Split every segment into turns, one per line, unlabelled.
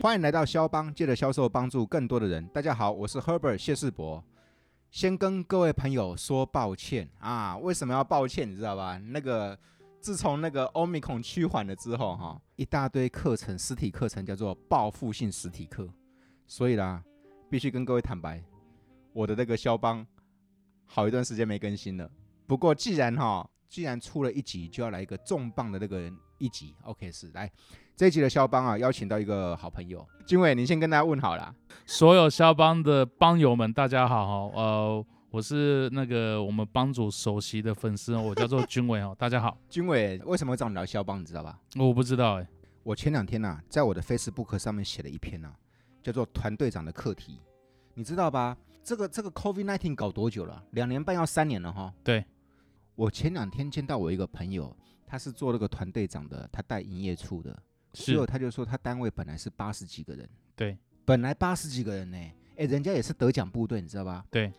欢迎来到肖邦，借着销售帮助更多的人。大家好，我是 Herbert 谢世博。先跟各位朋友说抱歉啊，为什么要抱歉？你知道吧？那个自从那个 Omicron 趋缓了之后，哈，一大堆课程，实体课程叫做报复性实体课，所以啦，必须跟各位坦白，我的那个肖邦好一段时间没更新了。不过既然哈，哦既然出了一集，就要来一个重磅的那个一集。OK，是来这一集的肖邦啊，邀请到一个好朋友，君伟，你先跟大家问好啦。
所有肖邦的帮友们，大家好哦，呃，我是那个我们帮主首席的粉丝哦，我叫做君伟哦，大 家好，
君伟为什么会找你聊肖邦，你知道吧？
我不知道哎，
我前两天呐、在我的 Facebook 上面写了一篇呐、叫做《团队长的课题》，你知道吧？这个这个 COVID-19 搞多久了？两年半要三年了哈。
对，
我前两天见到我一个朋友，他是做那个团队长的，他带营业处的，结
是
果他就说他单位本来是八十几个人，
对，
本来八十几个人呢、诶，哎，人家也是得奖部队，你知道吧？
对，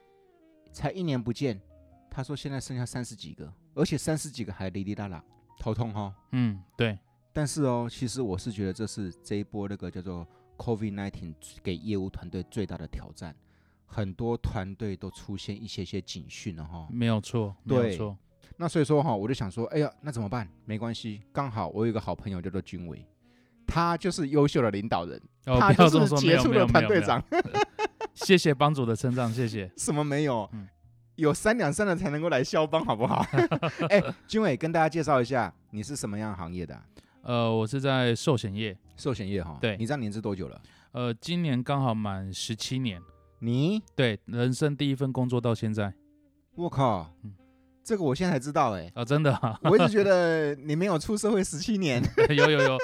才一年不见，他说现在剩下三十几个，而且三十几个还哩哩啦啦，头痛哈、
嗯，对，
但是哦，其实我是觉得这是这一波那个叫做 COVID-19 给业务团队最大的挑战，很多团队都出现一些些警讯了哈、
没有错，没
对
有错，
那所以说哈、我就想说，哎呀，那怎么办？没关系，刚好我有一个好朋友叫做君伟，他就是优秀的领导人，
哦，
他
不要这么
就是
说，没
杰
有
出
没
的
有没
团
有，
队
没有
长。
谢谢帮主的称赞，谢谢，
什么没有？
嗯
有三两三的才能够来肖邦，好不 好？哎、君伟跟大家介绍一下，你是什么样行业的啊、
呃，我是在寿险业，
寿险业哈？
对
你这样年资多久了？
呃，今年刚好满十七年，
你，
对，人生第一份工作到现在
我靠，
嗯
这个我现在才知道哎、
啊，真的啊，
我一直觉得你没有出社会十七年，
有有有，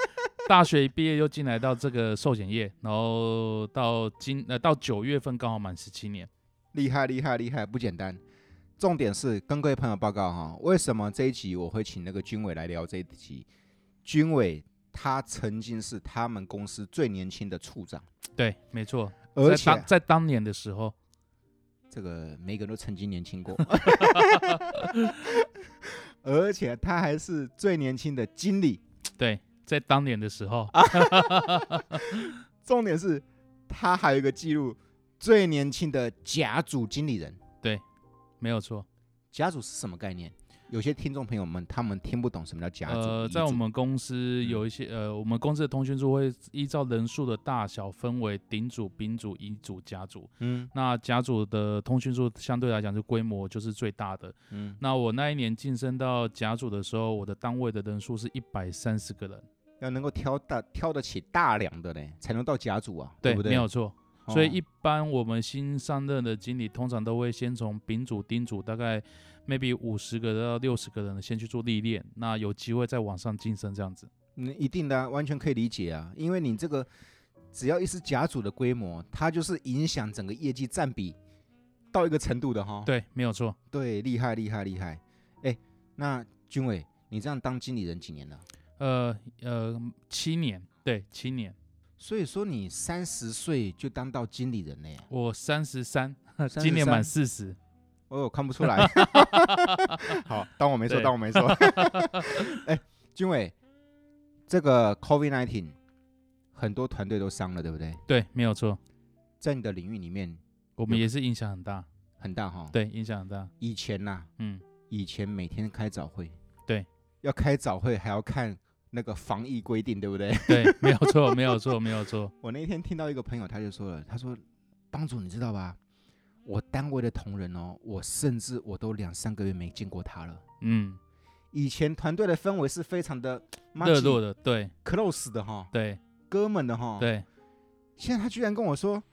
大学一毕业又进来到这个寿险业，然后到今呃到九月份刚好满十七年。
厉害厉害厉害，不简单。重点是跟各位朋友报告哈，为什么这一集我会请那个军伟来聊这一集？军伟他曾经是他们公司最年轻的处长，
对，没错，
而
在
且
当在当年的时候，
这个每个人都曾经年 轻过，而且他还是最年轻的经理。
对，在当年的时
啊
候，
重点是，他还有一个记录，最年轻的甲组经理人。
没有错。
甲组是什么概念？有些听众朋友们他们听不懂什么叫甲组。
呃，
乙
在我
组
们公司
嗯
有一些、呃，我们公司的通讯处会依照人数的大小分为丙组、丙组、乙组、甲组。
嗯
那甲组的通讯处相对来讲就规模就是最大的。
嗯，
那我那一年晋升到甲组的时候，我的单位的人数是一百三十个人，
要能够挑大挑得起大梁的嘞，才能到甲组啊，不对？
没有错。所以一
哦
般我们新上任的经理通常都会先从丙组、丁组大概 maybe 五十个到六十个人先去做历练，那有机会再往上晋升这样子。
嗯一定的啊、完全可以理解啊，因为你这个只要一是甲组的规模，它就是影响整个业绩占比到一个程度的哈。
对，没有错。
对，厉害厉害厉害。哎，那军伟，你这样当经理人几年了？
呃呃，七年，对，七年。
所以说你三十岁就当到经理人了耶，
我三十三， 今年
33
满四十。
哦，看不出 来。 好，当我没说，
对
当我没 说。哎，君伟，这个 COVID nineteen 很多团队都伤了，对不对？
对，没有错。
在你的领域里面
我们
有
也是影响很大，
很大哈。，
对，影响很大。
以前呐、
嗯，
以前每天开早会，
对，
要开早会还要看那个防疫规定，对不对？
对，没有错，没有错，没有错。
我那天听到一个朋友，他就说了，他说：“帮主，你知道吧？我单位的同仁哦，我甚至我都两三个月没见过他了。”
嗯，
以前团队的氛围是非常的
热络
的、
的，对，
close 的哈，
对，
哥们的哈。。
对，
现在他居然跟我说，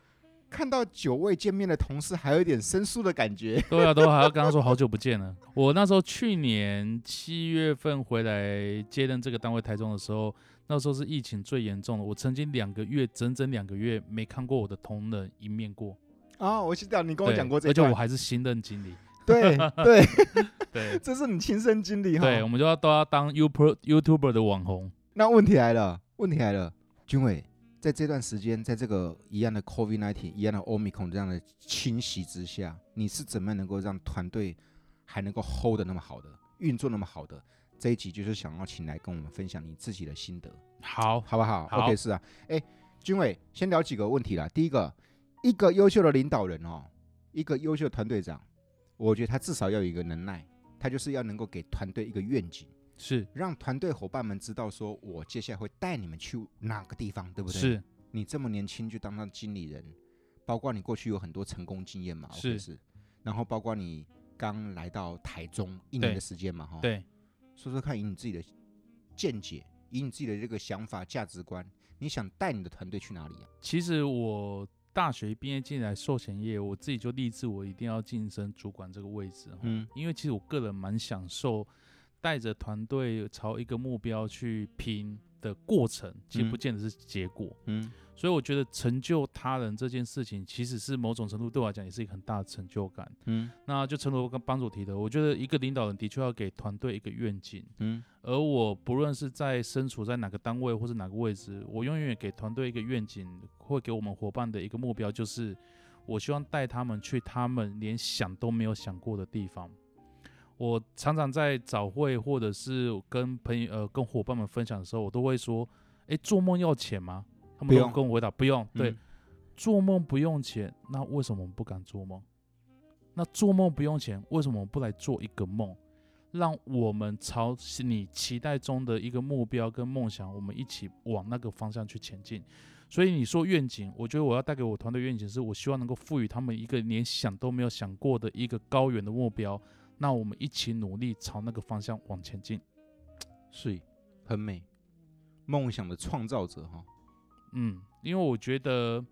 看到久未见面的同事，还有一点生疏的感 觉。
对啊，都还要跟他说好久不见了。我那时候去年七月份回来接任这个单位台中的时候，那时候是疫情最严重的，我曾经两个月整整两个月没看过我的同仁一面过。
啊、我知道你跟我
对
讲过这
而
一
且我
段，
还是新任经理。
对 对，
对
这是你亲身经历哈。
对，我们就要都要当 You YouTuber 的网红。
那问题来了，问题来了，君伟，在这段时间，在这个一样的 COVID-19、一样的 Omicron 这样的侵袭之下，你是怎么样能够让团队还能够 hold 的那么好的，运作那么好的？这一集就是想要请来跟我们分享你自己的心得，
好，
好不好
好
o k 是啊，哎，君伟，先聊几个问题啦。第一个，一个优秀的领导人哦，一个优秀的团队长，我觉得他至少要有一个能耐，他就是要能够给团队一个愿景，
是
让团队伙伴们知道说我接下来会带你们去哪个地方，对不对？
是
你这么年轻就当到经理人，包括你过去有很多成功经验嘛，
是
OK，是，然后包括你刚来到台中一年
对
的时间嘛，哈，，
对，
说说看，以你自己的见解，以你自己的这个想法、价值观，你想带你的团队去哪里啊？
其实我大学毕业进来寿险业，我自己就立志我一定要晋升主管这个位置哦，
嗯，
因为其实我个人蛮享受带着团队朝一个目标去拼的过程，其实
嗯
不见得是结果。
嗯，
所以我觉得成就他人这件事情，其实是某种程度对我来讲也是一个很大的成就感。
嗯，
那就正如跟帮主提的，我觉得一个领导人的确要给团队一个愿景，
嗯，
而我不论是在身处在哪个单位或是哪个位置，我永远给团队一个愿景，会给我们伙伴的一个目标，就是我希望带他们去他们连想都没有想过的地方。我常常在早会或者是跟朋友呃跟伙伴们分享的时候，我都会说：“诶，做梦要钱吗？”他
不
们都
用
跟我回答：“不用。对，
嗯，
做梦不用钱，那为什么我们不敢做梦？那做梦不用钱，为什么我们不来做一个梦，让我们朝你期待中的一个目标跟梦想，我们一起往那个方向去前进？所以你说愿景，我觉得我要带给我团队愿景是，我希望能够赋予他们一个连想都没有想过的一个高远的目标，那我们一起努力朝那个方向往前进。
是很美，梦想的创造者哈，
嗯，因为我觉得，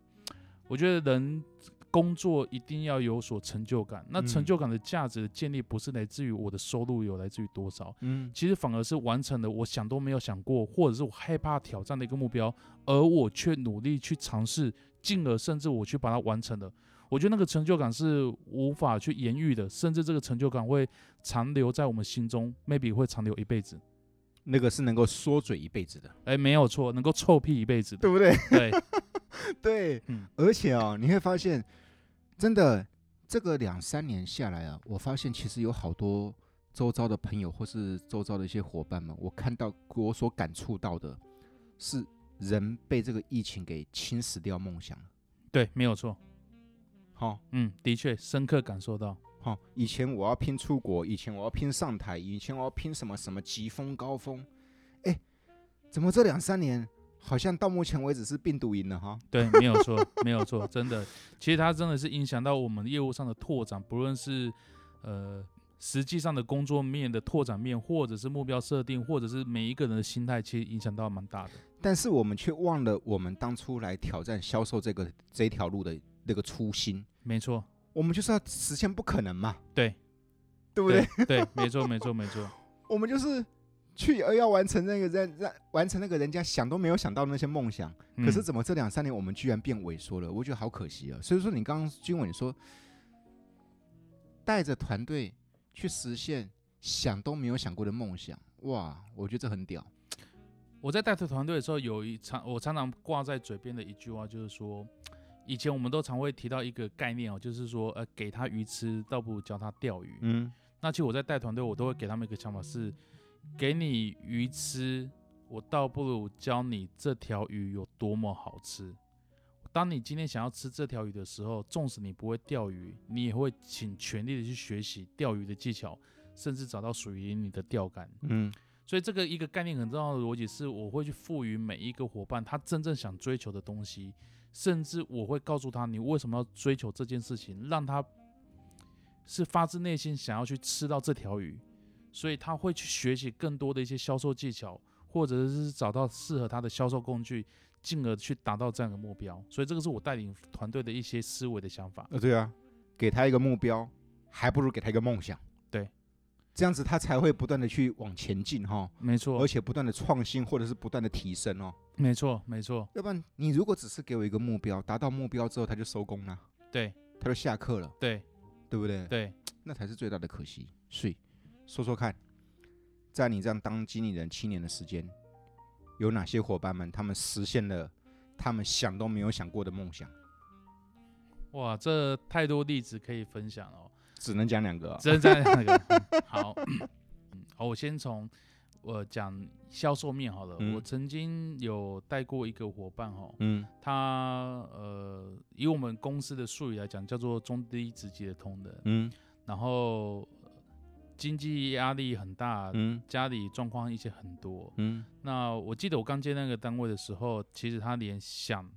我觉得人工作一定要有所成就感。那成
嗯
就感的价值的建立，不是来自于我的收入有来自于多少，
嗯，
其实反而是完成了我想都没有想过，或者是我害怕挑战的一个目标，而我却努力去尝试，进而甚至我去把它完成了。我觉得那个成就感是无法去言喻的，甚至这个成就感会长留在我们心中，maybe 会长留一辈子。
那个是能够说嘴一辈子的，
哎，没有错，能够臭屁一辈子的。
对不对？
对，
对，
嗯
而且哦，你会发现，真的这个两三年下来啊，我发现其实有好多周遭的朋友或是周遭的一些伙伴们，我看到我所感触到的是，人被这个疫情给侵蚀掉梦想了。
对，没有错。
好、
嗯，的确深刻感受到。
好、以前我要拼出国，以前我要拼上台，以前我要拼什么什么疾风高峰，哎，怎么这两三年好像到目前为止是病毒赢了哈？
对，没有错，没有错，真的。其实它真的是影响到我们业务上的拓展，不论是呃实际上的工作面的拓展面，或者是目标设定，或者是每一个人的心态，其实影响到蛮大的。
但是我们却忘了我们当初来挑战销售这个这一条路的那个初心，
没错，
我们就是要实现不可能嘛，
对，
对不对？
对对，没错，没错，没错，
我们就是去而要完成那个人让完成那个人家想都没有想到的那些梦想，
嗯
可是怎么这两三年我们居然变萎缩了？我觉得好可惜啊。所以说，你刚刚君伟你说带着团队去实现想都没有想过的梦想，哇，我觉得这很屌。
我在带着团队的时候，有一常我常常挂在嘴边的一句话就是说，以前我们都常会提到一个概念哦，就是说呃给他鱼吃，倒不如教他钓鱼。
嗯
那其实我在带团队，我都会给他们一个想法是：给你鱼吃，我倒不如教你这条鱼有多么好吃。当你今天想要吃这条鱼的时候，纵使你不会钓鱼，你也会请全力的去学习钓鱼的技巧，甚至找到属于你的钓竿。
嗯
所以这个一个概念很重要的逻辑是，我会去赋予每一个伙伴他真正想追求的东西，甚至我会告诉他你为什么要追求这件事情，让他是发自内心想要去吃到这条鱼，所以他会去学习更多的一些销售技巧，或者是找到适合他的销售工具，进而去达到这样的目标。所以这个是我带领团队的一些思维的想法。
呃，对啊，给他一个目标，还不如给他一个梦想。
对，
这样子他才会不断的去往前进哈、
没
而
错，
且不断的创新或者是不断的提升哦。
没错，没错，
要不然你如果只是给我一个目标，达到目标之后他就收工了，
对
他就下课了，
对
对不对？
对，
那才是最大的可惜。所以说说看，在你这样当经理人七年的时间，有哪些伙伴们他们实现了他们想都没有想过的梦想？
哇，这太多例子可以分享
啊
哦。
只能讲两个、哦。
真在那个嗯好，嗯好，我先从呃讲销售面好了，
嗯
我曾经有带过一个伙伴哦，
嗯
他呃以我们公司的术语来讲叫做中低职级通的，
嗯
然后呃经济压力很大，
嗯
家里状况一些很多。
嗯
那我记得我刚接那个单位的时候，其实他连想，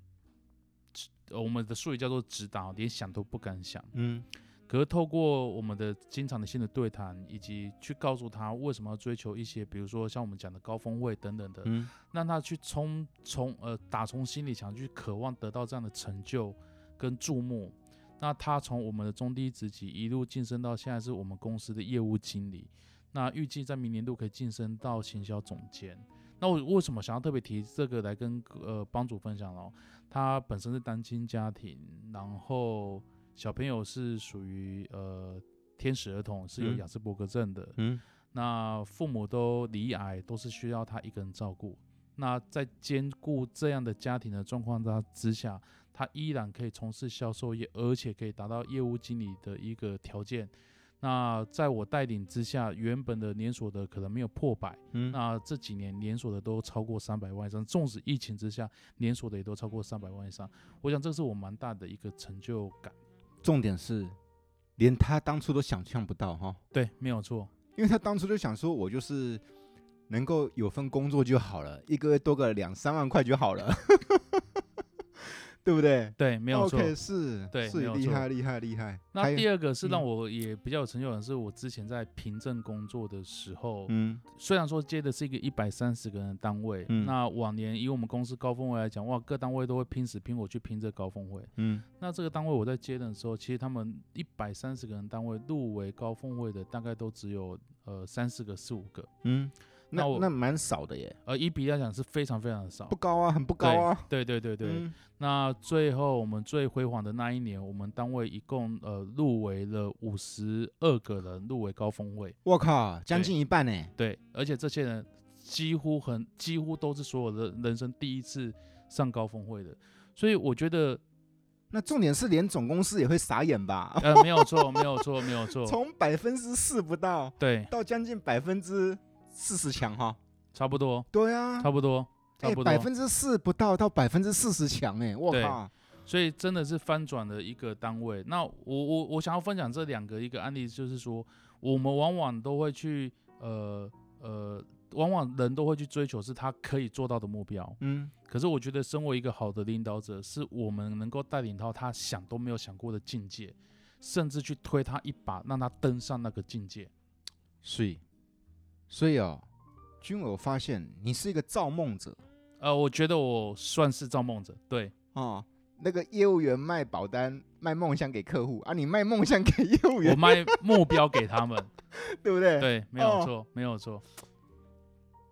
呃我们的术语叫做指导，连想都不敢想。
嗯
可是透过我们的经常的性的对谈，以及去告诉他为什么要追求一些，比如说像我们讲的高峰会等等的，
嗯
让他去冲从呃打从心里想去渴望得到这样的成就跟注目。那他从我们的中低职级一路晋升到现在是我们公司的业务经理，那预计在明年度可以晋升到行销总监。那我为什么想要特别提这个来跟呃帮主分享哦？他本身是单亲家庭，然后小朋友是属于呃天使儿童，是有
嗯
雅斯伯格症的。
嗯
那父母都离癌，都是需要他一个人照顾。那在兼顾这样的家庭的状况之之下，他依然可以从事销售业，而且可以达到业务经理的一个条件。那在我带领之下，原本的连锁的可能没有破百，
嗯
那这几年连锁的都超过三百万以上，纵使疫情之下，连锁的也都超过三百万以上。我想这是我蛮大的一个成就感。
重点是，连他当初都想象不到哈，
对，没有错。
因为他当初就想说，我就是能够有份工作就好了，一个月多个两三万块就好了， 对不对？
对，没有错。
OK，是，
对没
是
有
厉
错
害，厉害，厉害。还
那
有
第二个是让
嗯
我也比较有成就感，是我之前在凭证工作的时候，
嗯
虽然说接的是一个一百三十个人的单位，
嗯
那往年以我们公司高峰会来讲，哇，各单位都会拼死拼活去拼这个高峰会。
嗯
那这个单位我在接的时候，其实他们一百三十个人单位入围高峰会的大概都只有呃三四个、四五个，
嗯，那
那我
那蛮少的耶，
而一比来讲是非常非常的少
不。高啊，很不高啊。
对对对对，
嗯
那最后我们最辉煌的那一年，我们单位一共呃入围了五十二个人入围高峰会。
我靠，将
对
近一半呢。
对，而且这些人几乎很几乎都是所有的人生第一次上高峰会的，所以我觉得
那重点是连总公司也会傻眼 吧？
呃没有错，没有错，没有错，
从百分之四不到
对，
到将近百分之四十强哈。
差不多，
对啊，
差不多，差
哎，
不
百
多，
分之四不到到百分之四十强哎，我
对
靠，
所以真的是翻转了一个单位。那我我我想要分享这两个一个案例，就是说我们往往都会去呃呃，往往人都会去追求是他可以做到的目标，
嗯
可是我觉得，身为一个好的领导者，是我们能够带领到他想都没有想过的境界，甚至去推他一把，让他登上那个境界。
所以所以哦，君伟，我发现你是一个造梦者
呃，我觉得我算是造梦者， 对，
哦。那个业务员卖保单、卖梦想给客户啊，你卖梦想给业务
我
员，
卖目标给他 们，
对不对？。
对，没有
哦
错，没有错。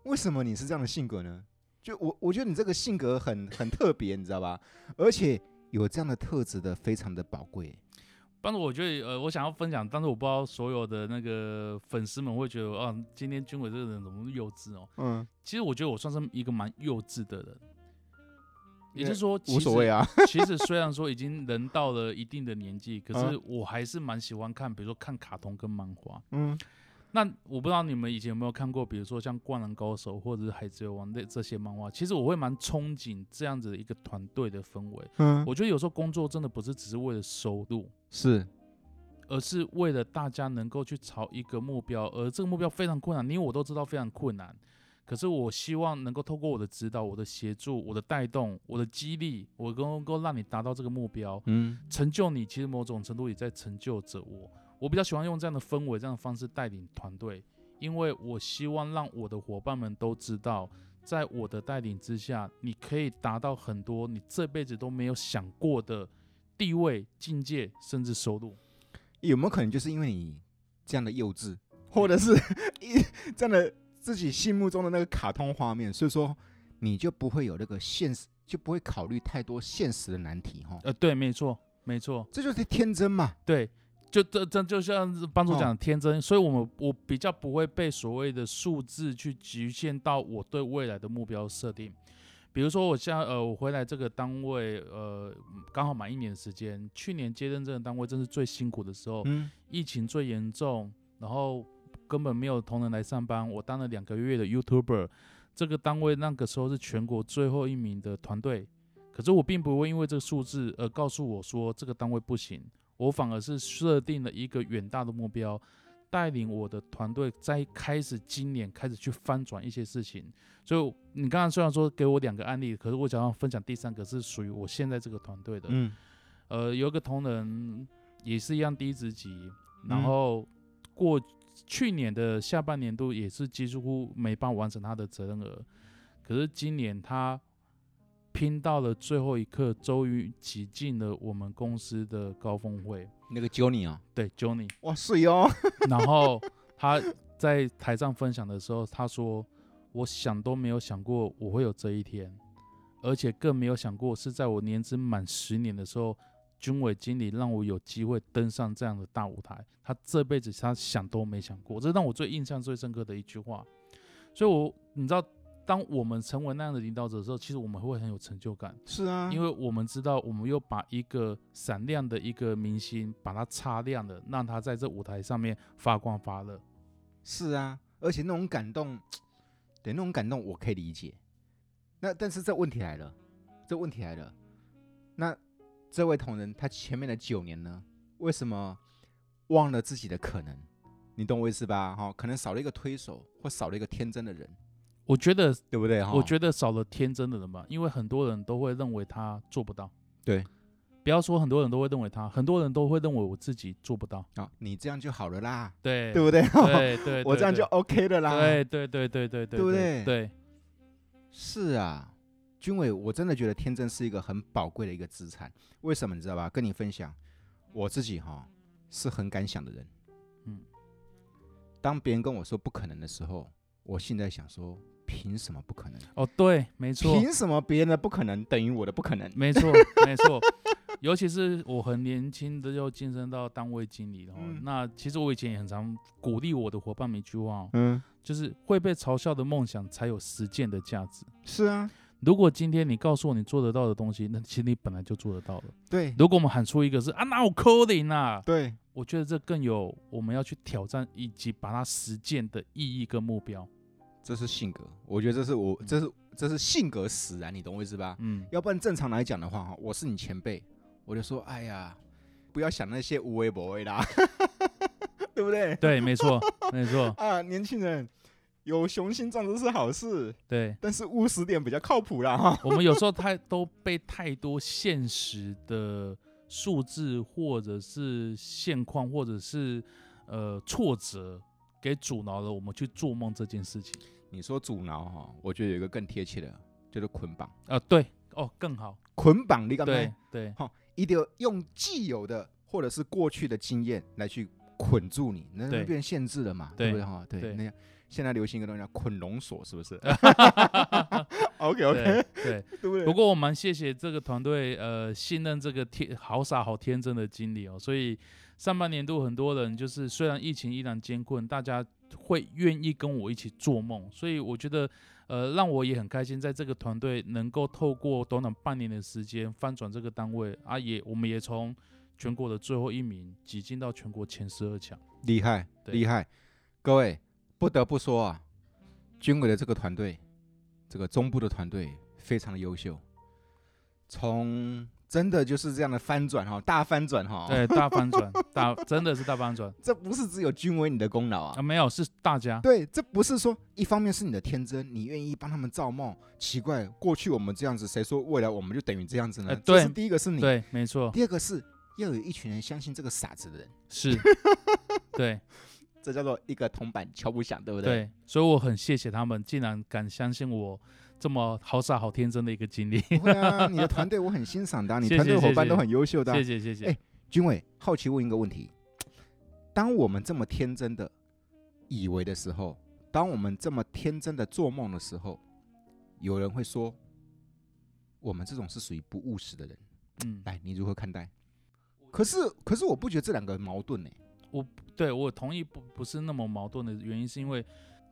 为什么你是这样的性格呢？就我，我觉得你这个性格很很特别，你知道吧？而且有这样的特质的，非常的宝贵。
但是我觉得，呃，我想要分享，但是我不知道所有的那个粉丝们会觉得，啊，今天军伟这个人怎么那么幼稚哦？
嗯，
其实我觉得我算是一个蛮幼稚的人，也就是
那
说，
无所谓
啊。
啊。
其实虽然说已经人到了一定的年纪，可是
嗯
我还是蛮喜欢看，比如说看卡通跟漫画。
嗯
那我不知道你们以前有没有看过，比如说像《灌篮高手》或者是《海贼王》这这些漫画，其实我会蛮憧憬这样子的一个团队的氛围。
嗯，
我觉得有时候工作真的不是只是为了收入，
是
而是为了大家能够去朝一个目标，而这个目标非常困难，你我都知道非常困难。可是我希望能够透过我的指导、我的协助、我的带动、我的激励，我能够让你达到这个目标。
嗯
成就你，其实某种程度也在成就着我。我比较喜欢用这样的氛围、这样的方式带领团队，因为我希望让我的伙伴们都知道，在我的带领之下，你可以达到很多你这辈子都没有想过的地位、境界，甚至收入。
有没有可能就是因为你这样的幼稚，或者是 一这样的自己心目中的那个卡通画面，所以说你就不会有那个现实，就不会考虑太多现实的难题哈。
呃，对，没错，没错，
这就是天真嘛。
对。就这这就像是帮助讲的天真，所以我们我比较不会被所谓的数字去局限到我对未来的目标设定。比如说，我现在呃，我回来这个单位，呃，刚好满一年的时间。
哦
去年接任这个单位，真是最辛苦的时候，
嗯
疫情最严重，然后根本没有同仁来上班，我当了两个月的 YouTuber。这个单位那个时候是全国最后一名的团队，可是我并不会因为这个数字而告诉我说这个单位不行，我反而是设定了一个远大的目标，带领我的团队在开始今年开始去翻转一些事情。所以你刚刚虽然说给我两个案例，可是我想要分享第三个是属于我现在这个团队的。
嗯
呃，有一个同仁也是一样低职级，然
嗯
后过去年的下半年度也是几乎没办法完成他的责任额，可是今年他拼到了最后一刻，终于挤进了我们公司的高峰会，
那个 Johnny 啊、
对 Johnny，
哇，是哦，
然后他在台上分享的时候，他说：“我想都没有想过我会有这一天，而且更没有想过是在我年资满十年的时候，军委经理让我有机会登上这样的大舞台。他这辈子他想都没想过，这让我最印象最深刻的一句话。所以我，你知道，当我们成为那样的领导者的时候，其实我们会很有成就感。”
是啊，
因
为
为我们知道，我们又把一个闪亮的一个明星，把它擦亮了，让他在这舞台上面发光发热。
是啊，而且那种感动，对那种感动我可以理解。那但是这问题来了，这问题来了，那这位同仁他前面的九年呢，为什么忘了自己的可能？你懂我意思吧？哈、可能少了一个推手，或少了一个天真的人，
我觉得，
对不对？哈、
我觉得少了天真的人吧，因为很多人都会认为他做不到。
对，
不要说很多人都会认为他，很多人都会认为我自己做不到。
得啊、你这样就好了啦，
对，
对不对？
对对对，
我这样就 OK 了啦。
对对对对对对
对不
对
对
对，
是啊，军伟，我真的觉得天真是一个很宝贵的一个资产。为什么你知道吧？跟你分享，我自己哈、是很敢想的人。
嗯，
当别人跟我说不可能的时候，我现在想说，凭什么不可能？
哦对，没错，
凭什么别人的不可能等于我的不可能？
没错，没错。尤其是我很年轻的就晋升到单位经理了、哦
嗯
那其实我以前也很常鼓励我的伙伴们一句话、哦，
嗯，
就是会被嘲笑的梦想才有实践的价值。
是啊，
如果今天你告诉我你做得到的东西，那其实你本来就做得到了。
对
如果我们喊出一个是啊，那我扣零啊，
对，
我觉得这更有我们要去挑战以及把它实践的意义跟目标。
这是性格，我觉得这是我，
嗯
这是这是性格使然，你懂我意思吧？
嗯，
要不然正常来讲的话，哈，我是你前辈，我就说，哎呀，不要想那些无为不为啦， 对不对？
对，没错，没错，
啊，年轻人有雄心壮志是好事，
对。
但是务实点比较靠谱啦，哈。
我们有时候太都被太多现实的数字或者是现况或者是呃挫折给阻挠了我们去做梦这件事情
你说阻挠哈，我觉得有一个更贴切的，就是捆绑，
啊、对哦，更好，
捆绑你干嘛？
对对
一定要用既有的或者是过去的经验来去捆住你，那
对
就变限制了嘛，
对
对不对哈？对，
对
那样现在流行一个东西叫捆龙锁，是不 是？OK OK，
对对。
对不对？
不过我蛮谢谢这个团队，呃，信任这个天好傻好天真的经理哦。所以上半年度很多人就是虽然疫情依然艰困，大家会愿意跟我一起做梦，所以我觉得呃让我也很开心，在这个团队能够透过短短半年的时间翻转这个单位啊，也我们也从全国的最后一名挤进到全国前十二强。
厉害，
对
厉害！各位不得不说啊，军委的这个团队，这个中部的团队非常的优秀，从真的就是这样的翻转哈、大翻转哈、
对，大翻转， 大真的是大翻转
这不是只有军委你的功劳啊。
啊，没有是大家。
对，这不是说一方面是你的天真，你愿意帮他们造梦。奇怪，过去我们这样子，谁说未来我们就等于这样子呢？
呃
这是
对
第一个是你，
对，没错，
第二个是要有一群人相信这个傻子的人，
是，对。
这叫做一个铜板敲不响，对不对？
对，所以我很谢谢他们，竟然敢相信我这么好傻好天真的一个经历。
不会 啊，你的团队我很欣赏的啊、你
谢
团队
谢
伙
谢
伴都
谢
很优秀的啊、
谢谢谢谢。
哎军委，好奇问一个问题：当我们这么天真的以为的时候，当我们这么天真的做梦的时候，有人会说我们这种是属于不务实的人。
嗯，
来，你如何看待？可是，可是我不觉得这两个矛盾呢、
对我同意不不是那么矛盾的原因，是因为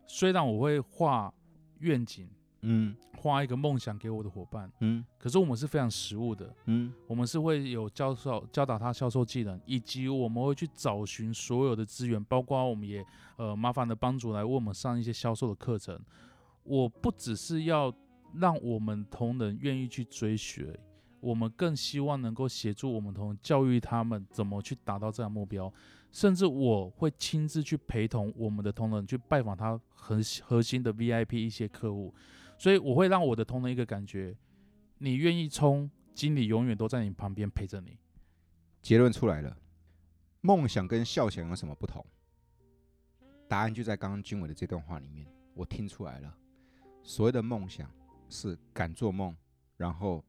虽然我会画愿景，
嗯
画一个梦想给我的伙伴。
嗯
可是我们是非常实务的，
嗯
我们是会有教授教导他销售技能，以及我们会去找寻所有的资源，包括我们也呃麻烦的帮主来为我们上一些销售的课程。我不只是要让我们同仁愿意去追学，我们更希望能够协助我们同仁教育他们怎么去达到这样的目标，甚至我会亲自去陪同我们的同仁去拜访他核核心的 VIP 一些客户，所以我会让我的同仁一个感觉，你愿意冲，经理永远都在你旁边陪着你。
结论出来了，梦想跟笑想有什么不同？答案就在刚刚军伟的这段话里面，我听出来了。所谓的梦想是敢做梦，然后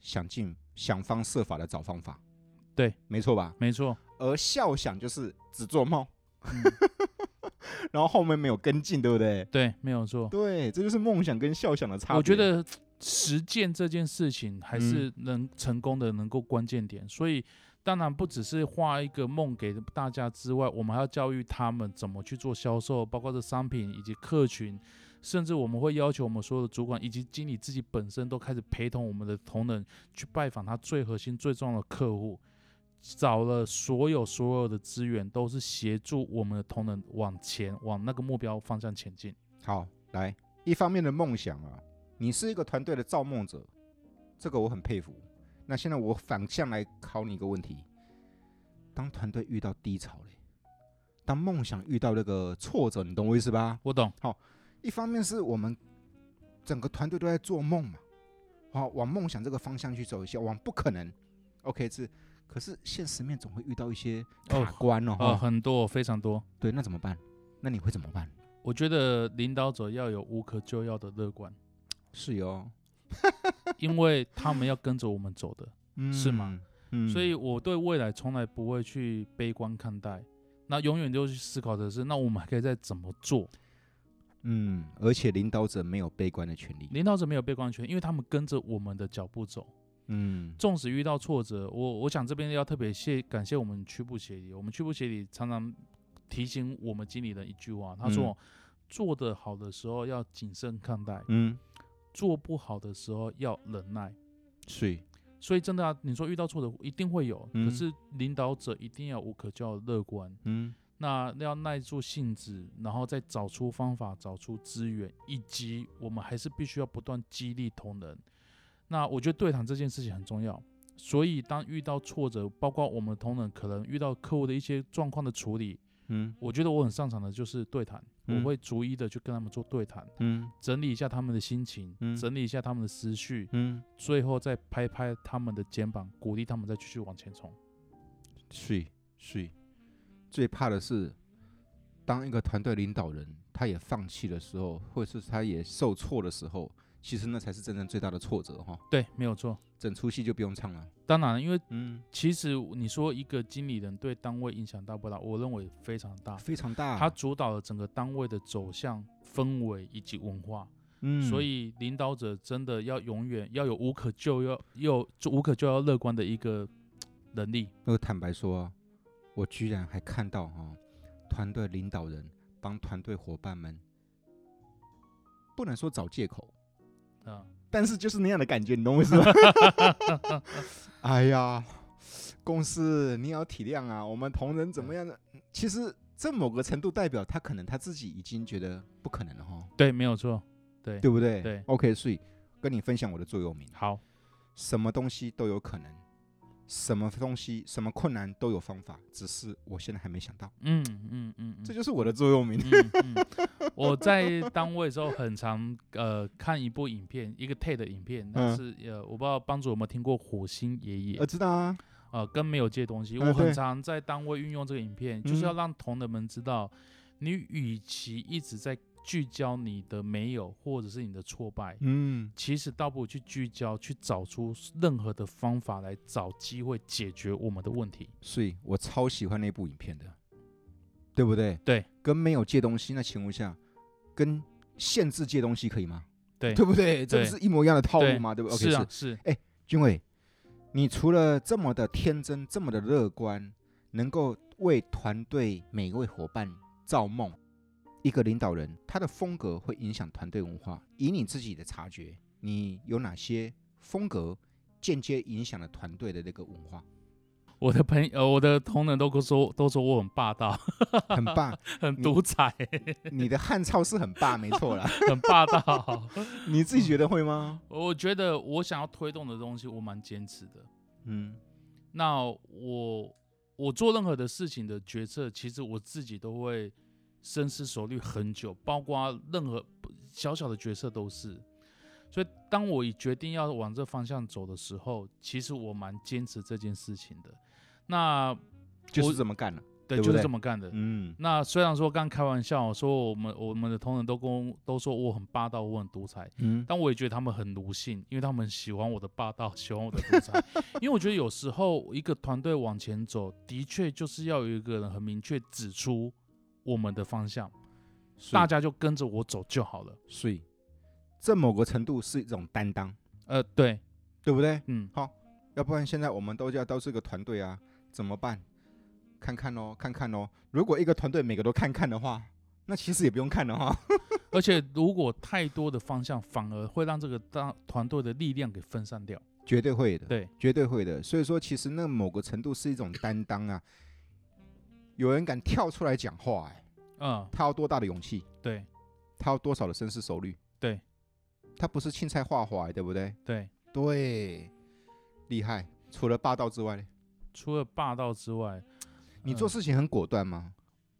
想尽 想方设法的找方法，
对，
没错吧？
没错，嗯
而笑想就是只做梦，然后后面没有跟进，对不对？
对，没有错。
对，这就是梦想跟笑想的差别。嗯
我觉得实践这件事情还是能成功的，能够关键点。所以当然不只是画一个梦给大家之外，我们还要教育他们怎么去做销售，包括这商品以及客群，甚至我们会要求我们所有的主管以及经理自己本身都开始陪同我们的同仁去拜访他最核心、最重要的客户。找了所有所有的资源，都是协助我们的同仁往前往那个目标方向前进。
好，来，一方面的梦想啊，你是一个团队的造梦者，这个我很佩服。那现在我反向来考你一个问题：当团队遇到低潮嘞，当梦想遇到那个挫折，你懂我意思吧？
我懂，
一方面是我们整个团队都在做梦嘛，好，往梦想这个方向去走一下，往不可能，OK 是，可是现实面总会遇到一些
哦
卡关哦，
呃，
哈
很多，非常多。
对，那怎么办？那你会怎么办？
我觉得领导者要有无可救药的乐观，
是
哦
哟，
因为他们要跟着我们走的，
嗯
是吗？
嗯
所以我对未来从来不会去悲观看待，那永远都去思考的是，那我们还可以再怎么做？
嗯，而且领导者没有悲观的权利。
领导者没有悲观权，因为他们跟着我们的脚步走，
嗯，
纵使遇到挫折，我我想这边要特别谢感谢我们区部协理，我们区部协理常常提醒我们经理的一句话，他说。
嗯
做得好的时候要谨慎看待，
嗯，
做不好的时候要忍耐。
是，
所以真的啊，你说遇到挫折一定会有，
嗯
可是领导者一定要无可救药的乐观，
嗯
那要耐住性子，然后再找出方法、找出资源，以及我们还是必须要不断激励同仁。那我觉得对谈这件事情很重要，所以当遇到挫折，包括我们同仁可能遇到客户的一些状况的处理，
嗯
我觉得我很擅长的就是对谈，
嗯
我会逐一的去跟他们做对谈，
嗯
整理一下他们的心情，
嗯
整理一下他们的思绪，
嗯，
最后再拍拍他们的肩膀，鼓励他们再继续往前冲。
是是。最怕的是，当一个团队领导人他也放弃的时候，或者是他也受挫的时候，其实那才是真正最大的挫折哈。
对，没有错。
整出戏就不用唱了。
当然，因为
嗯，
其实你说一个经理人对单位影响大不大，我认为非常大。
非常大。
他主导了整个单位的走向、氛围以及文化，
嗯，
所以领导者真的要永远要有无可救药、又无可救药乐观的一个能力。
那个坦白说啊，我居然还看到哈、团队领导人帮团队伙伴们，不能说找借口，
啊、
但是就是那样的感觉，你懂我意 思吗？哎呀，公司你也要体谅啊，我们同仁怎么样的？嗯其实这某个程度代表他可能他自己已经觉得不可能了哈，
对，没有错。对，
对不对？
对
，OK，所以跟你分享我的座右铭，啊
好，
什么东西都有可能，什么东西什么困难都有方法，只是我现在还没想到，
嗯嗯嗯，嗯
这就是我的座右铭。
嗯嗯， 我在单位的时候很常呃看一部影片，一个 TED 影片，但
嗯
是、呃我不知道帮主有没有听过《火星爷爷
我》知道啊，
呃跟没有借东西，
嗯
我很
对
常在单位运用这个影片，就是要
嗯
让同仁们知道，你与其一直在聚焦你的没有或者是你的挫败。
嗯
其实倒不如去聚焦，去找出任何的方法来找机会解决我们的问题。
所以我超喜欢那部影片的，对不对？
对，
跟没有借东西，那请问一下，跟限制借东西可以吗？
对
对不对？这不是一模一样的套路吗？对不对？OK，
是啊，是
君伟，你除了这么的天真，这么的乐观，能够为团队每一位伙伴造梦，一个领导人他的风格会影响团队文化。以你自己的察觉，你有哪些风格间接影响了团队的那个文化？
我的朋友，呃我的同仁都跟我说，都说我很霸道，
很霸，
很
你
独裁，
你的汉操是很霸，没错啦。
很霸道。
你自己觉得会吗？
我觉得我想要推动的东西，我蛮坚持的。
嗯，
那我我做任何的事情的决策，其实我自己都会深思熟虑很久，包括任何小小的决策都是。所以，当我已决定要往这方向走的时候，其实我蛮坚持这件事情的。那
就
我
是这么干了。
对，
对不
就是
对
这么干的。
嗯，
那虽然说刚开玩笑说我们我们的同仁都跟我都说我很霸道，我很独裁，
嗯，
但我也觉得他们很奴性，因为他们喜欢我的霸道， 喜欢我的独裁。因为我觉得有时候一个团队往前走，的确就是要有一个人很明确指出我们的方向，大家就跟着我走就好了。
所以这某个程度是一种担当，
呃，对，
对不对？
嗯，
要不然现在我们都要都是个团队啊，怎么办？看看哦，看看哦。如果一个团队每个都看看的话，那其实也不用看了 哈。
而且如果太多的方向，反而会让这个大团队的力量给分散掉。
绝对会的，
对，
绝对会的。所以说，其实那某个程度是一种担当啊。有人敢跳出来讲话、哎，
嗯，
他要多大的勇气？
对，
他要多少的深思熟虑？
对，
他不是青菜画花、哎对不对？
对。
对，厉害。除了霸道之外呢，
除了霸道之外，
你做
嗯
事情很果断吗？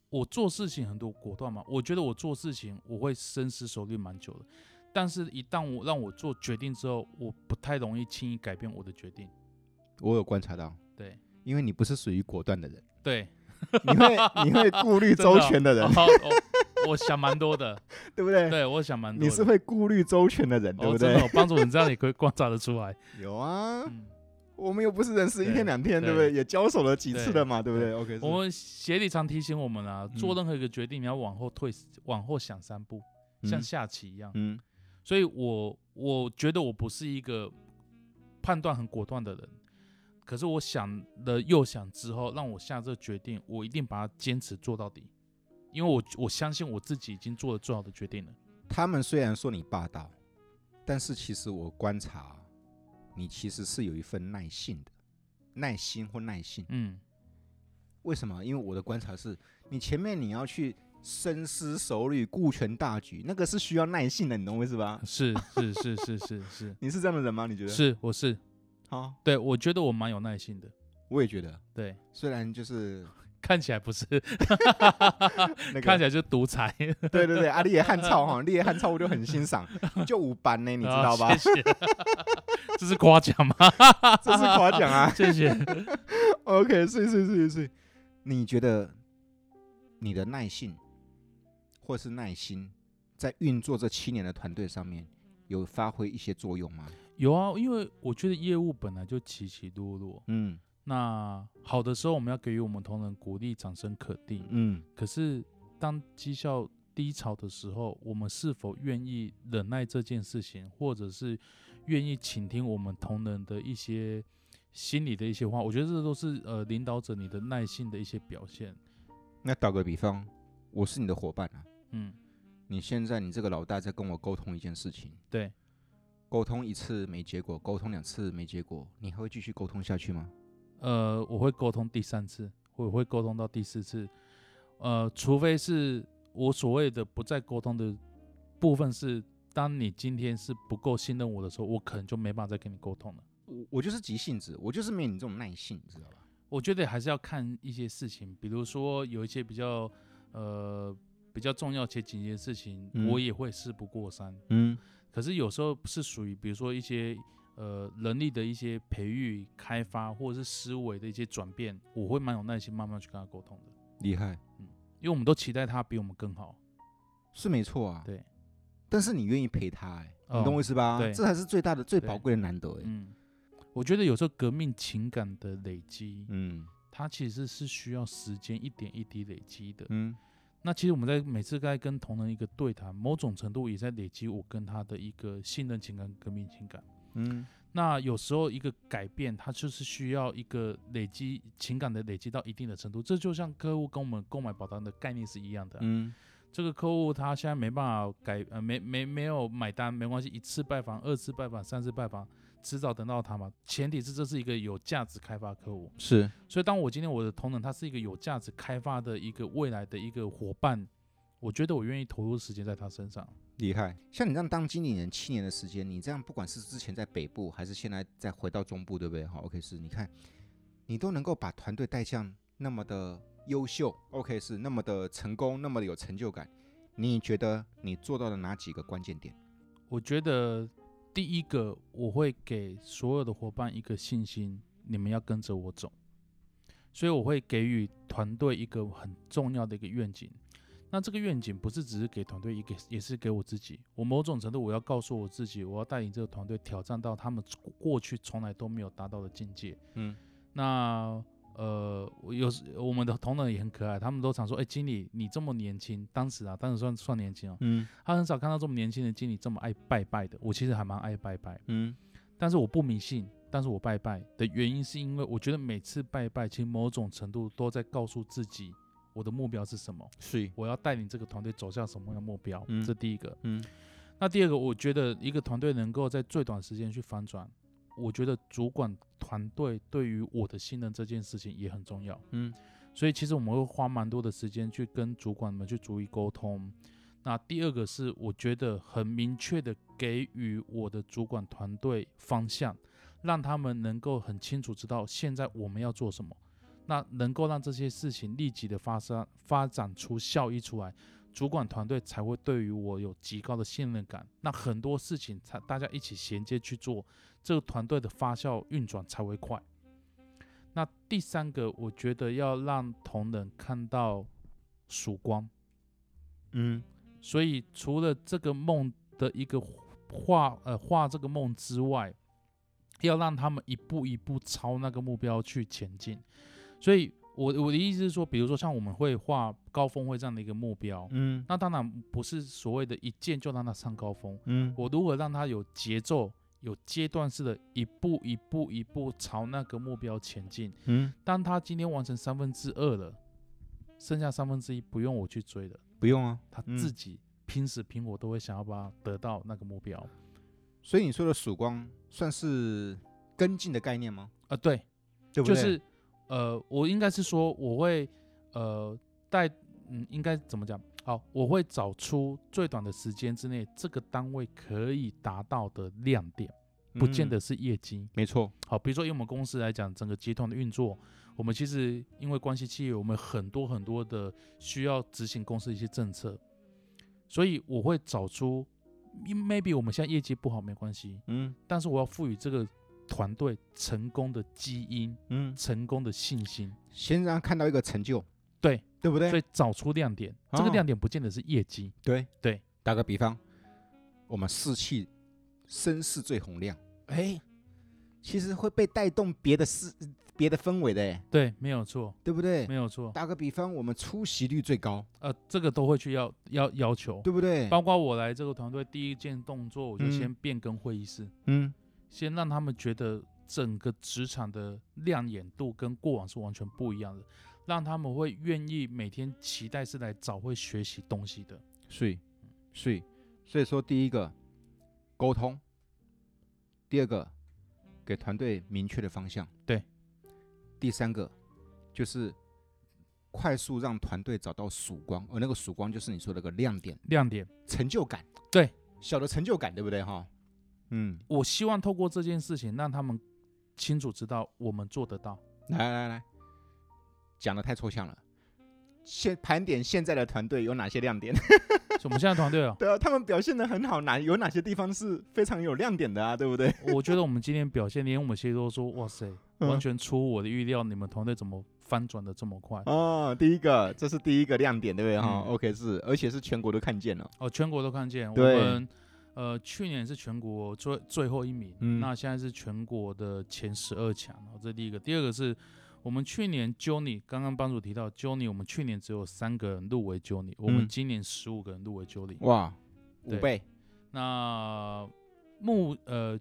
我做事情很多果断嘛，我觉得我做事情我会深思熟虑蛮久的，但是一旦我让我做决定之后，我不太容易轻易改变我的决定。
我有观察到，
对
因为你不是属于果断的人。
对，
你 会你会顾虑周全的人
真，的哦哦哦我想蛮 多的，
对不对？
对我想蛮多的。
你是会顾虑周全的人，对不
哦，真
对
的、？哦，帮主你这样也可以观察得出 来。
有啊，
嗯，
我们又不是认识一
对
天两天，对
对
不对？也交手了几次了嘛，对不对
对
？OK，是
我们协理常提醒我们啊，
嗯
做任何一个决定，你要往后退，往后想三步，像下棋一样。
嗯
所以我我觉得我不是一个判断很果断的人，可是我想了又想之后，让我下这个决定，我一定把它坚持做到底，因为我我相信我自己已经做了最好的决定了。
嗯，他们虽然说你霸道，但是其实我观察，你其实是有一份耐性的，耐心或耐性。
嗯，
为什么？因为我的观察是，你前面你要去深思熟虑、顾全大局，那个是需要耐性的，你懂我意思吧？
是是是是是是
你是这样的人吗？你 觉得？
是，我是
好，
对我觉得我蛮有耐心的，
我也觉得，
对，
虽然就是
看起来不是，
那个
看起来就是独裁，你
对对对，阿丽也汉超哈，丽也汉超我就很欣 赏，就五班呢，你知道吧？
啊谢谢， 这是夸奖吗？
这是夸奖啊
哦谢谢。
！OK，是是是是，你觉得你的耐性或是耐心，在运作这七年的团队上面有发挥一些作用吗？
有啊，因为我觉得业务本来就起起落落，
嗯
那好的时候，我们要给予我们同仁鼓励、掌声肯定。
嗯，
可是当绩效低潮的时候，我们是否愿意忍耐这件事情，或者是愿意倾听我们同仁的一些心里的一些话？我觉得这都是呃领导者你的耐性的一些表现。
那打个比方，我是你的伙伴啊，
嗯，
你现在你这个老大在跟我沟通一件事情，
对，
沟通一次没结果，沟通两次没结果，你还会继续沟通下去吗？
呃，我会沟通第三次，我会沟通到第四次，呃，除非是我所谓的不再沟通的部分是，当你今天是不够信任我的时候，我可能就没办法再跟你沟通了。
我我就是急性子，我就是没有你这种耐性，你知道吧？
我觉得还是要看一些事情，比如说有一些比较呃比较重要且紧急的事情，
嗯
我也会事不过三。
嗯，
可是有时候是属于比如说一些呃人力的一些培育、开发或者是思维的一些转变，我会蛮有耐心慢慢去跟他沟通的。
厉害，
因为我们都期待他比我们更好。
是没错啊。
对，
但是你愿意陪他、哎、
哦
你懂我意思吧？
对
这才是最大的、最
对
宝贵的难得、哎，
嗯，我觉得有时候革命情感的累积，
嗯
它其实是需要时间一点一滴累积的。
嗯，
那其实我们在每次在跟同仁一个对谈，某种程度也在累积我跟他的一个信任情感、革命情感。
嗯，
那有时候一个改变，它就是需要一个累积情感的累积到一定的程度，这就像客户跟我们购买保单的概念是一样的啊、
嗯，
这个客户他现在没办法改，呃，没没没有买单，没关系，一次拜访、二次拜访、三次拜访，迟早等到他嘛。前提是这是一个有价值开发的客户，
是
所以当我今天我的同仁他是一个有价值开发的一个未来的一个伙伴，我觉得我愿意投入时间在他身上。
厉害。像你这样当经理人七年的时间，你这样不管是之前在北部，还是现在再回到中部，对不对？好，OK 是，你看你都能够把团队带向那么的优秀，OK 是那么的成功，那么的有成就感，你觉得你做到了哪几个关键点？
我觉得第一个，我会给所有的伙伴一个信心，你们要跟着我走，所以我会给予团队一个很重要的一个愿景。那这个愿景不是只是给团队一个，也是给我自己。我某种程度我要告诉我自己，我要带领这个团队挑战到他们过去从来都没有达到的境界。
嗯，
那呃，我有时我们的同仁也很可爱，他们都常说：“哎、经理，你这么年轻，当时啊，当时算算年轻哦，
嗯
他很少看到这么年轻的经理这么爱拜拜的。我其实还蛮爱拜拜，
嗯，
但是我不迷信，但是我拜拜的原因是因为我觉得每次拜拜，其实某种程度都在告诉自己我的目标是什么，
是，
我要带领这个团队走向什么样的目标。
嗯
这第一个。
嗯
那第二个，我觉得一个团队能够在最短时间去翻转，我觉得主管团队对于我的信任这件事情也很重要。
嗯
所以其实我们会花蛮多的时间去跟主管们去逐一沟通。那第二个是，我觉得很明确的给予我的主管团队方向，让他们能够很清楚知道现在我们要做什么，那能够让这些事情立即的发生，发展出效益出来，主管团队才会对于我有极高的信任感。那很多事情才大家一起衔接去做，这个团队的发酵运转才会快。那第三个，我觉得要让同仁看到曙光，
嗯，
所以除了这个梦的一个画呃画这个梦之外，要让他们一步一步朝那个目标去前进。所以我我的意思是说，比如说像我们会画高峰会这样的一个目标，
嗯
那当然不是所谓的一键就让他上高峰，
嗯，
我如何让他有节奏、有阶段式的一步一步一步朝那个目标前进。
嗯，
当他今天完成三分之二了，剩下三分之一不用我去追了，
不用啊。
他
嗯
自己拼死拼活都会想要把它得到那个目标。啊、
所以你说的曙光算是跟进的概念吗？
啊对，
对不
就
对？
是呃，我应该是说我会呃带嗯，应该怎么讲？好，我会找出最短的时间之内这个单位可以达到的亮点，不
嗯
见得是业绩。
没错。
好，比如说以我们公司来讲，整个集团的运作，我们其实因为关系企业，我们很多很多的需要执行公司的一些政策，所以我会找出因，maybe 我们现在业绩不好没关系，
嗯
但是我要赋予这个团队成功的基因、
嗯，
成功的信心，
先让他看到一个成就，
对
对不对？
所以找出亮点。这个
哦
亮点不见得是业绩，
对
对，
打个比方，我们士气声势最洪亮，哎，其实会被带动别的事、别的氛围的，哎
对，没有错，
对不对
没？有错。
打个比方，我们出席率最高，
呃，这个都会去要要要求，
对不对？
包括我来这个团队第一件动作，我就
嗯
先变更会议室。
嗯，
先让他们觉得整个职场的亮眼度跟过往是完全不一样的，让他们会愿意每天期待是来找会学习东西的。
是是，所以说第一个沟通，第二个给团队明确的方向，
对，
第三个就是快速让团队找到曙光，而那个曙光就是你说的那个亮点。
亮点，
成就感，
对，
小的成就感，对不对哈？嗯，
我希望透过这件事情让他们清楚知道我们做得到。
嗯来来来，讲的太抽象了。现盘点现在的团队有哪些亮点？，
所以我们现在团队哦
对啊，他们表现的很好，哪有哪些地方是非常有亮点的啊？对不对？
我觉得我们今天表现，连我们其实都说，哇塞，
嗯
完全出乎我的预料，你们团队怎么翻转的这么快？
哦，第一个，这是第一个亮点，对不对哈、
嗯
o k 是，而且是全国都看见了。
哦，全国都看见。我
对
们呃，去年是全国最最后一名，
嗯
那现在是全国的前十二强。哦，这第一个，第二个是我们去年 Johnny 刚刚帮主提到 Johnny，我们去年只有三个人入围 Johnny，我们
嗯
今年十五个人入围 Johnny、
哇，五
对
倍，
那目呃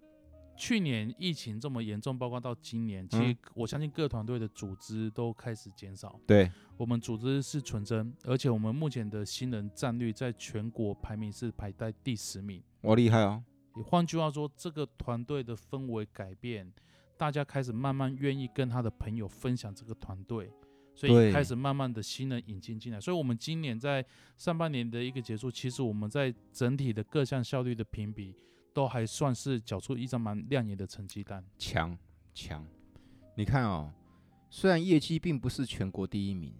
去年疫情这么严重，包括到今年，其实
嗯
我相信各团队的组织都开始减少。
对，
我们组织是纯真，而且我们目前的新人战率在全国排名是排在第十名。
我厉害哦，
也换句话说，这个团队的氛围改变，大家开始慢慢愿意跟他的朋友分享这个团队，所
对
以开始慢慢的新人引进进来。所以，我们今年在上半年的一个结束，其实我们在整体的各项效率的评比，都还算是缴出一张蛮亮眼的成绩单。
强强。你看哦，虽然业绩并不是全国第一名，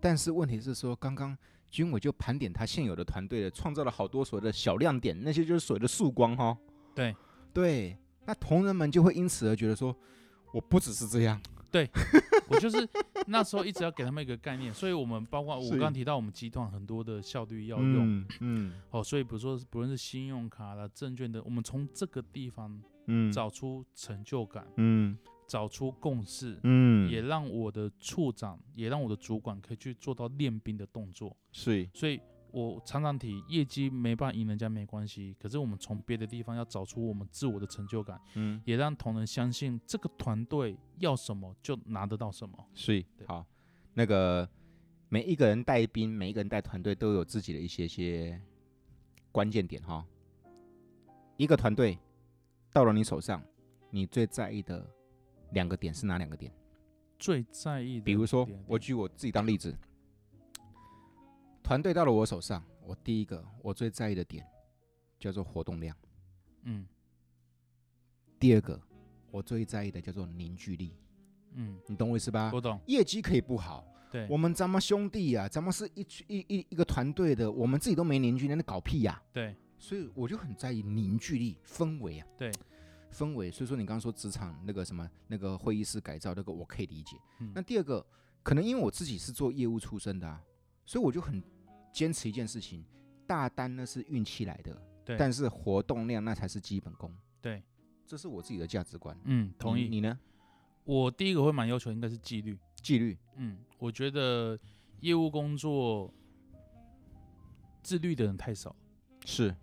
但是问题是说，刚刚军委就盘点他现有的团队了，创造了好多所谓的小亮点，那些就是所谓的曙光哈、
对
对，那同仁们就会因此而觉得说，我不只是这样，
我就是那时候一直要给他们一个概念，所以我们包括我
是
刚刚提到，我们集团很多的效率要用。
嗯嗯
哦，所以比如说，不论是信用卡啦、证券的，我们从这个地方
嗯
找出成就感，
嗯
找出共识，
嗯
也让我的处长，也让我的主管可以去做到练兵的动作。
是
所以我常常提，业绩没办法赢人家没关系，可是我们从别的地方要找出我们自我的成就感，
嗯
也让同仁相信这个团队要什么就拿得到什么。
是
对
好，那个每一个人带兵，每一个人带团队都有自己的一些些关键点哈。一个团队到了你手上，你最在意的两个点是哪两个点？
最在意的，
比如说，我举我自己当例子，团队到了我手上，我第一个我最在意的点叫做活动量，
嗯
第二个我最在意的叫做凝聚力，
嗯，
你懂我意思吧？
我懂，
业绩可以不好，
对
啊我们咱们兄弟呀、咱们是一群一一一个团队的，我们自己都没凝聚力，那搞屁呀、
对
所以我就很在意凝聚力氛围啊，
对，
氛围。所以说你刚刚说职场那个什么那个会议室改造那个，我可以理解。
嗯
那第二个，可能因为我自己是做业务出身的啊，所以我就很坚持一件事情：大单呢是运气来的，
对
但是活动量那才是基本功。
对，
这是我自己的价值观。
嗯，同
你
意。
你呢？
我第一个会蛮要求应该是纪律。
纪律，
嗯，我觉得业务工作自律的人太少，
是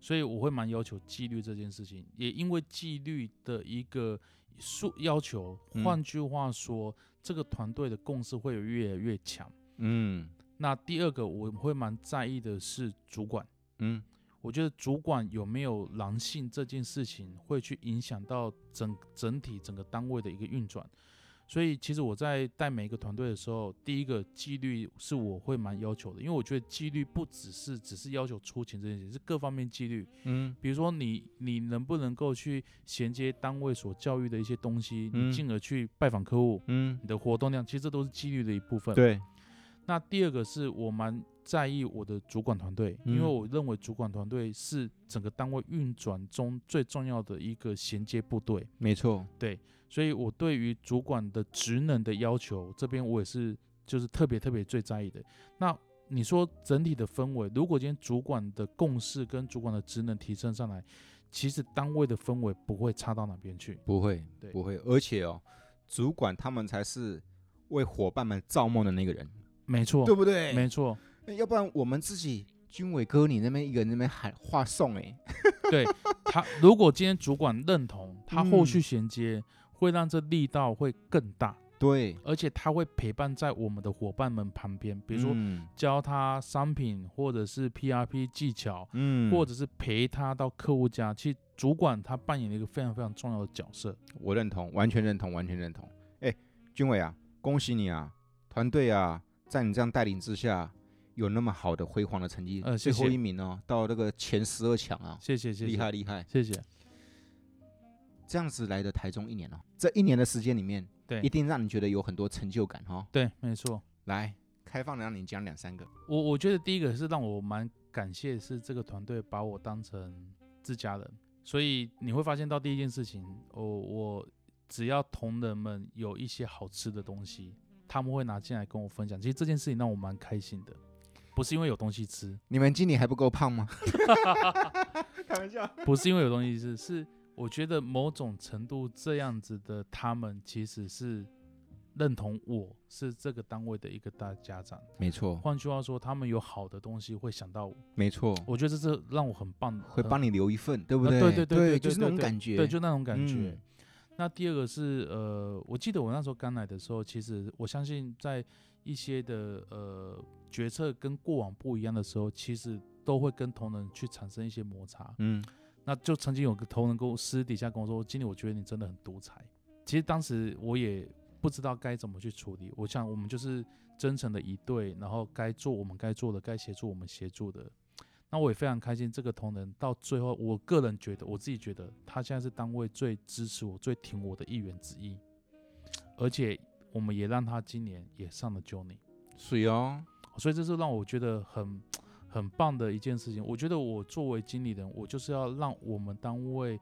所以我会蛮要求纪律这件事情。也因为纪律的一个数要求，
嗯
换句话说，这个团队的共识会有越来越强。
嗯
那第二个我会蛮在意的是主管，
嗯
我觉得主管有没有狼性这件事情，会去影响到整整体整个单位的一个运转。所以，其实我在带每一个团队的时候，第一个纪律是我会蛮要求的，因为我觉得纪律不只是只是要求出勤这件事情，是各方面纪律。
嗯
比如说你你能不能够去衔接单位所教育的一些东西，
嗯
你进而去拜访客户，
嗯，
你的活动量，其实这都是纪律的一部分。
对，
那第二个是我蛮在意我的主管团队，因为
嗯
我认为主管团队是整个单位运转中最重要的一个衔接部队，
没错。
所以我对于主管的职能的要求，这边我也是就是特别特别最在意的。那你说整体的氛围，如果今天主管的共识跟主管的职能提升上来，其实单位的氛围不会差到哪边去。
不会，
对
不会。而且哦，主管他们才是为伙伴们造梦的那个人，
没错，
对不对？
没错，
要不然我们自己军委哥，你那边一个人那边喊话送哎、
对他，如果今天主管认同，他后续
嗯
衔接会让这力道会更大，
对，
而且他会陪伴在我们的伙伴们旁边，比如说
嗯
教他商品或者是 PRP 技巧，
嗯
或者是陪他到客户家。其实主管他扮演了一个非常非常重要的角色。
我认同，完全认同，完全认同。哎，军委啊，恭喜你啊，团队啊，在你这样带领之下，有那么好的辉煌的成绩，
呃
最
谢
后
谢
一名哦，到那个前十二强啊，
谢谢谢
厉
谢
害厉害。
谢谢，
这样子来的台中一年哦，这一年的时间里面，
对
一定让你觉得有很多成就感哈、哦。
对，没错。
来，开放的让你讲两三个。
我我觉得第一个是让我蛮感谢，是这个团队把我当成自家人，所以你会发现到第一件事情，我我只要同仁们有一些好吃的东西，他们会拿进来跟我分享。其实这件事情让我蛮开心的，不是因为有东西吃，
你们经理还不够胖吗？ 开玩笑。
不是因为有东西吃，是我觉得某种程度这样子的他们其实是认同我是这个单位的一个大家长。
没错，
换句话说，他们有好的东西会想到我，
没错，
我觉得这是让我很棒的，
会
很
帮你留一份，对不
啊
呃对？
对对对对
就是那种感觉，
对，就那种感觉。
嗯
那第二个是呃，我记得我那时候刚来的时候，其实我相信在一些的呃决策跟过往不一样的时候，其实都会跟同仁去产生一些摩擦。
嗯，
那就曾经有个同仁跟我私底下跟我说：“经理，我觉得你真的很独裁。”其实当时我也不知道该怎么去处理。我想我们就是真诚的一对，然后该做我们该做的，该协助我们协助的。那我也非常开心，这个同仁到最后，我个人觉得，我自己觉得他现在是单位最支持我、最挺我的一员之一，而且我们也让他今年也上了 Johnny。
水哦，
所以这是让我觉得很很棒的一件事情。我觉得我作为经理人，我就是要让我们单位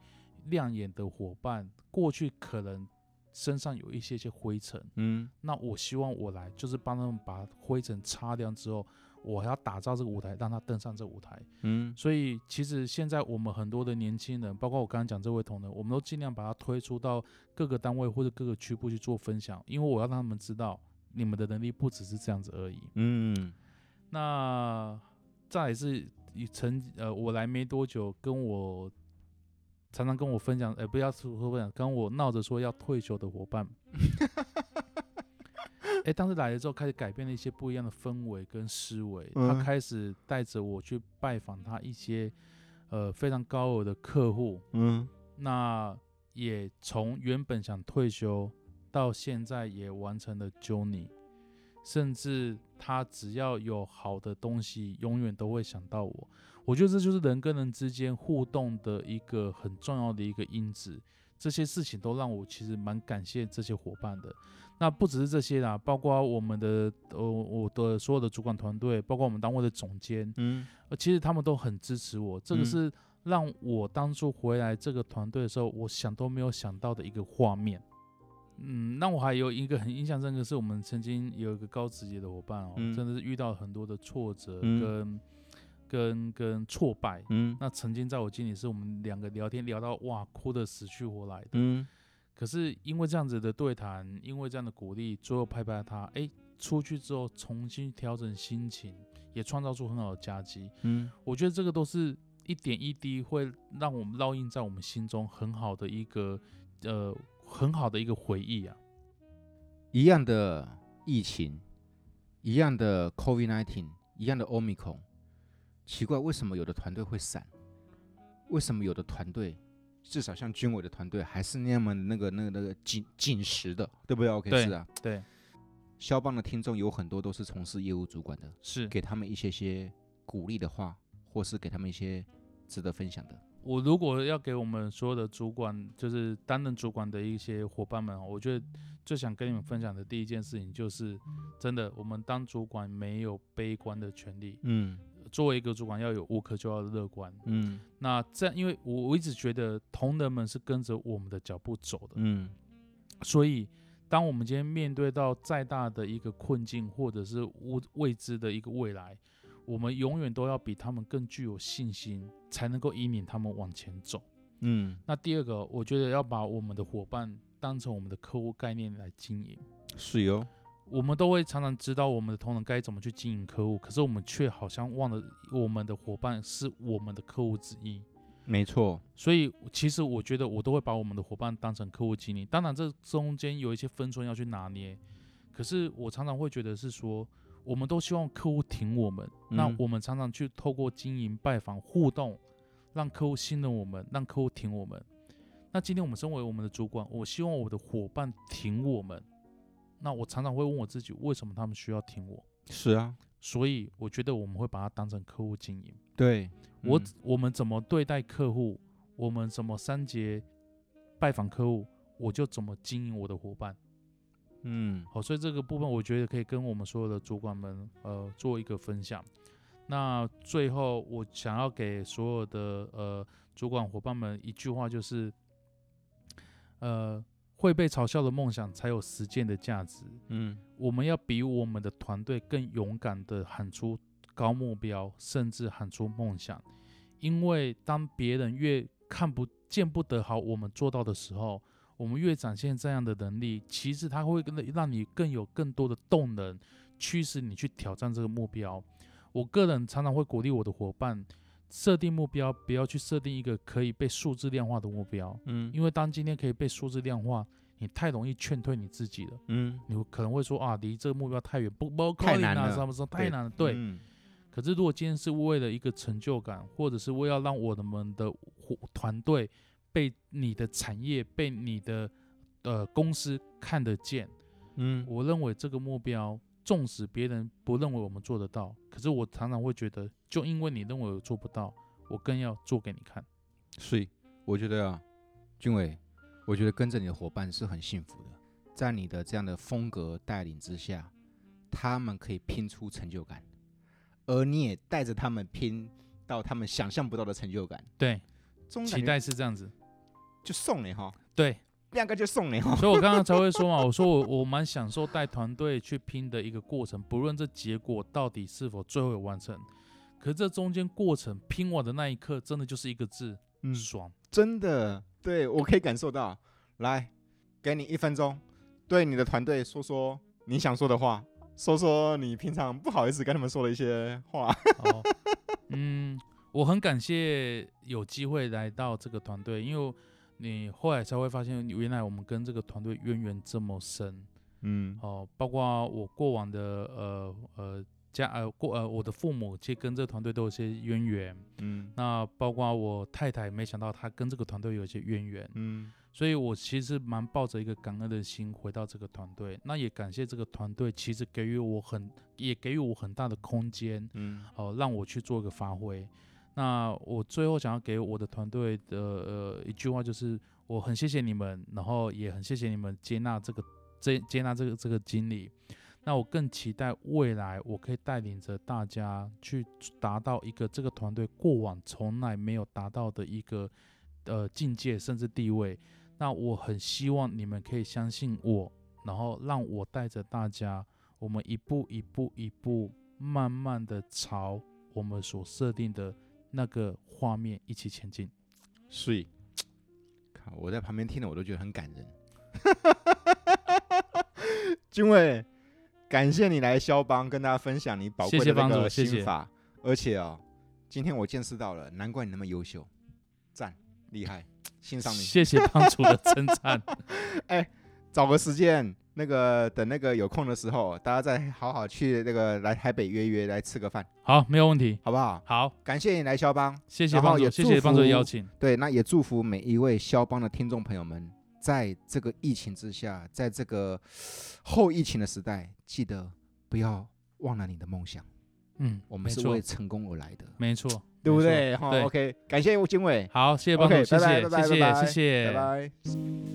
亮眼的伙伴，过去可能身上有一些些灰尘，
嗯，
那我希望我来就是帮他们把灰尘擦亮之后，我还要打造这个舞台，让他登上这个舞台。
嗯，
所以其实现在我们很多的年轻人，包括我刚刚讲这位同仁，我们都尽量把他推出到各个单位或者各个区部去做分享，因为我要让他们知道你们的能力不只是这样子而已。
嗯，
那再来是以曾呃，我来没多久，跟我常常跟我分享，呃，不要说分享，跟我闹着说要退休的伙伴，哎、当时来了之后，开始改变了一些不一样的氛围跟思维，
嗯
他开始带着我去拜访他一些呃非常高额的客户，
嗯，
那也从原本想退休到现在也完成了 Johnny，甚至他只要有好的东西，永远都会想到我。我觉得这就是人跟人之间互动的一个很重要的一个因子。这些事情都让我其实蛮感谢这些伙伴的。那不只是这些啦，包括我们的呃我的所有的主管团队，包括我们单位的总监，
嗯，
呃，其实他们都很支持我，这个
嗯
是让我当初回来这个团队的时候，我想都没有想到的一个画面。嗯，那我还有一个很印象深刻，是我们曾经有一个高职业的伙伴哦，
嗯
真的是遇到很多的挫折
嗯
跟、跟跟挫败。
嗯，
那曾经在我经理是我们两个聊天聊到哇哭得死去活来的，
嗯，
可是因为这样子的对谈，因为这样的鼓励，最后拍拍他，哎、出去之后重新调整心情，也创造出很好的佳绩。
嗯，
我觉得这个都是一点一滴会让我们烙印在我们心中很好的一个呃很好的一个回忆啊。
一样的疫情，一样的 COVID nineteen，一样的 Omicron，奇怪，为什么有的团队会散？为什么有的团队，至少像军委的团队，还是那么那个那个那个紧紧实的，对不对？OK，
对
是啊，
对，
肖邦的听众有很多都是从事业务主管的，
是
给他们一些些鼓励的话，或是给他们一些值得分享的。
我如果要给我们所有的主管，就是担任主管的一些伙伴们，啊我觉得最想跟你们分享的第一件事情就是，真的，我们当主管没有悲观的权利。
嗯
作为一个主管，要有无可救药的乐观。
嗯
那这样，因为我我一直觉得同仁们是跟着我们的脚步走的，
嗯
所以，当我们今天面对到再大的一个困境，或者是未未知的一个未来，我们永远都要比他们更具有信心，才能够引领他们往前走。
嗯，
那第二个，我觉得要把我们的伙伴当成我们的客户概念来经营。
是哟、
我们都会常常知道我们的同仁该怎么去经营客户，可是我们却好像忘了我们的伙伴是我们的客户之一。
没错，
所以其实我觉得我都会把我们的伙伴当成客户经理，当然这中间有一些分寸要去拿捏。可是我常常会觉得是说，我们都希望客户挺我们，那
嗯
我们常常去透过经营、拜访、互动，让客户信任我们，让客户挺我们。那今天我们身为我们的主管，我希望我的伙伴挺我们。那我常常会问我自己，为什么他们需要挺我？
是啊，
所以我觉得我们会把它当成客户经营。
对
我
嗯
怎我们怎么对待客户，我们怎么三节拜访客户，我就怎么经营我的伙伴。
嗯
好，所以这个部分我觉得可以跟我们所有的主管们呃做一个分享。那最后我想要给所有的呃主管伙伴们一句话，就是呃会被嘲笑的梦想才有实践的价值。
嗯
我们要比我们的团队更勇敢地喊出高目标，甚至喊出梦想。因为当别人越看不见不得好我们做到的时候，我们越展现这样的能力，其实它会跟让你更有更多的动能，驱使你去挑战这个目标。我个人常常会鼓励我的伙伴设定目标，不要去设定一个可以被数字量化的目标，
嗯
因为当今天可以被数字量化，你太容易劝退你自己了。
嗯，
你可能会说啊，离这个目标太远，不不
太难了
什么什么太难了。对，
嗯
可是如果今天是为了一个成就感，或者是为了让我们的伙团队被你的产业、被你的呃公司看得见，
嗯
我认为这个目标，纵使别人不认为我们做得到，可是我常常会觉得，就因为你认为我做不到，我更要做给你看。
所以我觉得啊，俊伟，我觉得跟着你的伙伴是很幸福的，在你的这样的风格带领之下，他们可以拼出成就感，而你也带着他们拼到他们想象不到的成就感，
对，
中
期待是这样子。
就送你哈，
对，
亮哥就送你哈，
所以我刚刚才会说嘛，我说我我蛮享受带团队去拼的一个过程，不论这结果到底是否最后有完成，可这中间过程拼完的那一刻，真的就是一个字，
嗯
爽。
真的，对我可以感受到。来，给你一分钟，对你的团队说说你想说的话，说说你平常不好意思跟他们说的一些话。
哦，嗯，我很感谢有机会来到这个团队，因为你后来才会发现，原来我们跟这个团队渊源这么深。
嗯
哦，包括我过往的呃呃家呃过呃我的父母，其实跟这个团队都有些渊源。
嗯
那包括我太太，没想到她跟这个团队有一些渊源，
嗯
所以我其实蛮抱着一个感恩的心回到这个团队。那也感谢这个团队，其实给予我很也给予我很大的空间，
嗯
哦，让我去做一个发挥。那我最后想要给我的团队的呃一句话就是，我很谢谢你们，然后也很谢谢你们接纳这个接接纳这个这个经理。那我更期待未来我可以带领着大家去达到一个这个团队过往从来没有达到的一个呃境界甚至地位。那我很希望你们可以相信我，然后让我带着大家，我们一步一步一步，慢慢的朝我们所设定的那个画面一起前进。
所以，看我在旁边听了，我都觉得很感人。君伟，感谢你来肖邦跟大家分享你宝贵
谢
的
谢帮
那
主
个
谢谢
心法，而且哦，今天我见识到了，难怪你那么优秀，赞，厉害，欣赏你。
谢谢帮主的称 赞，
找个时间，那个等那个有空的时候，大家再好好去那个来台北约约来吃个饭，
好，没有问题。
好不好？
好，
感谢你来肖邦，
谢谢
然后
帮主，
也
谢
祝
谢帮主的
福
邀请。
对，那也祝福每一位肖邦的听众朋友们，在这个疫情之下，在这个后疫情的时代，记得不要忘了你的梦想，
嗯，
我们
没
是
错
为成功而来的，
没错，
对不
没错
对？好
对
，OK，感谢金伟，
好，谢谢帮主，
OK，
谢
拜拜拜
谢，
拜
谢
拜
谢，谢谢，
拜拜。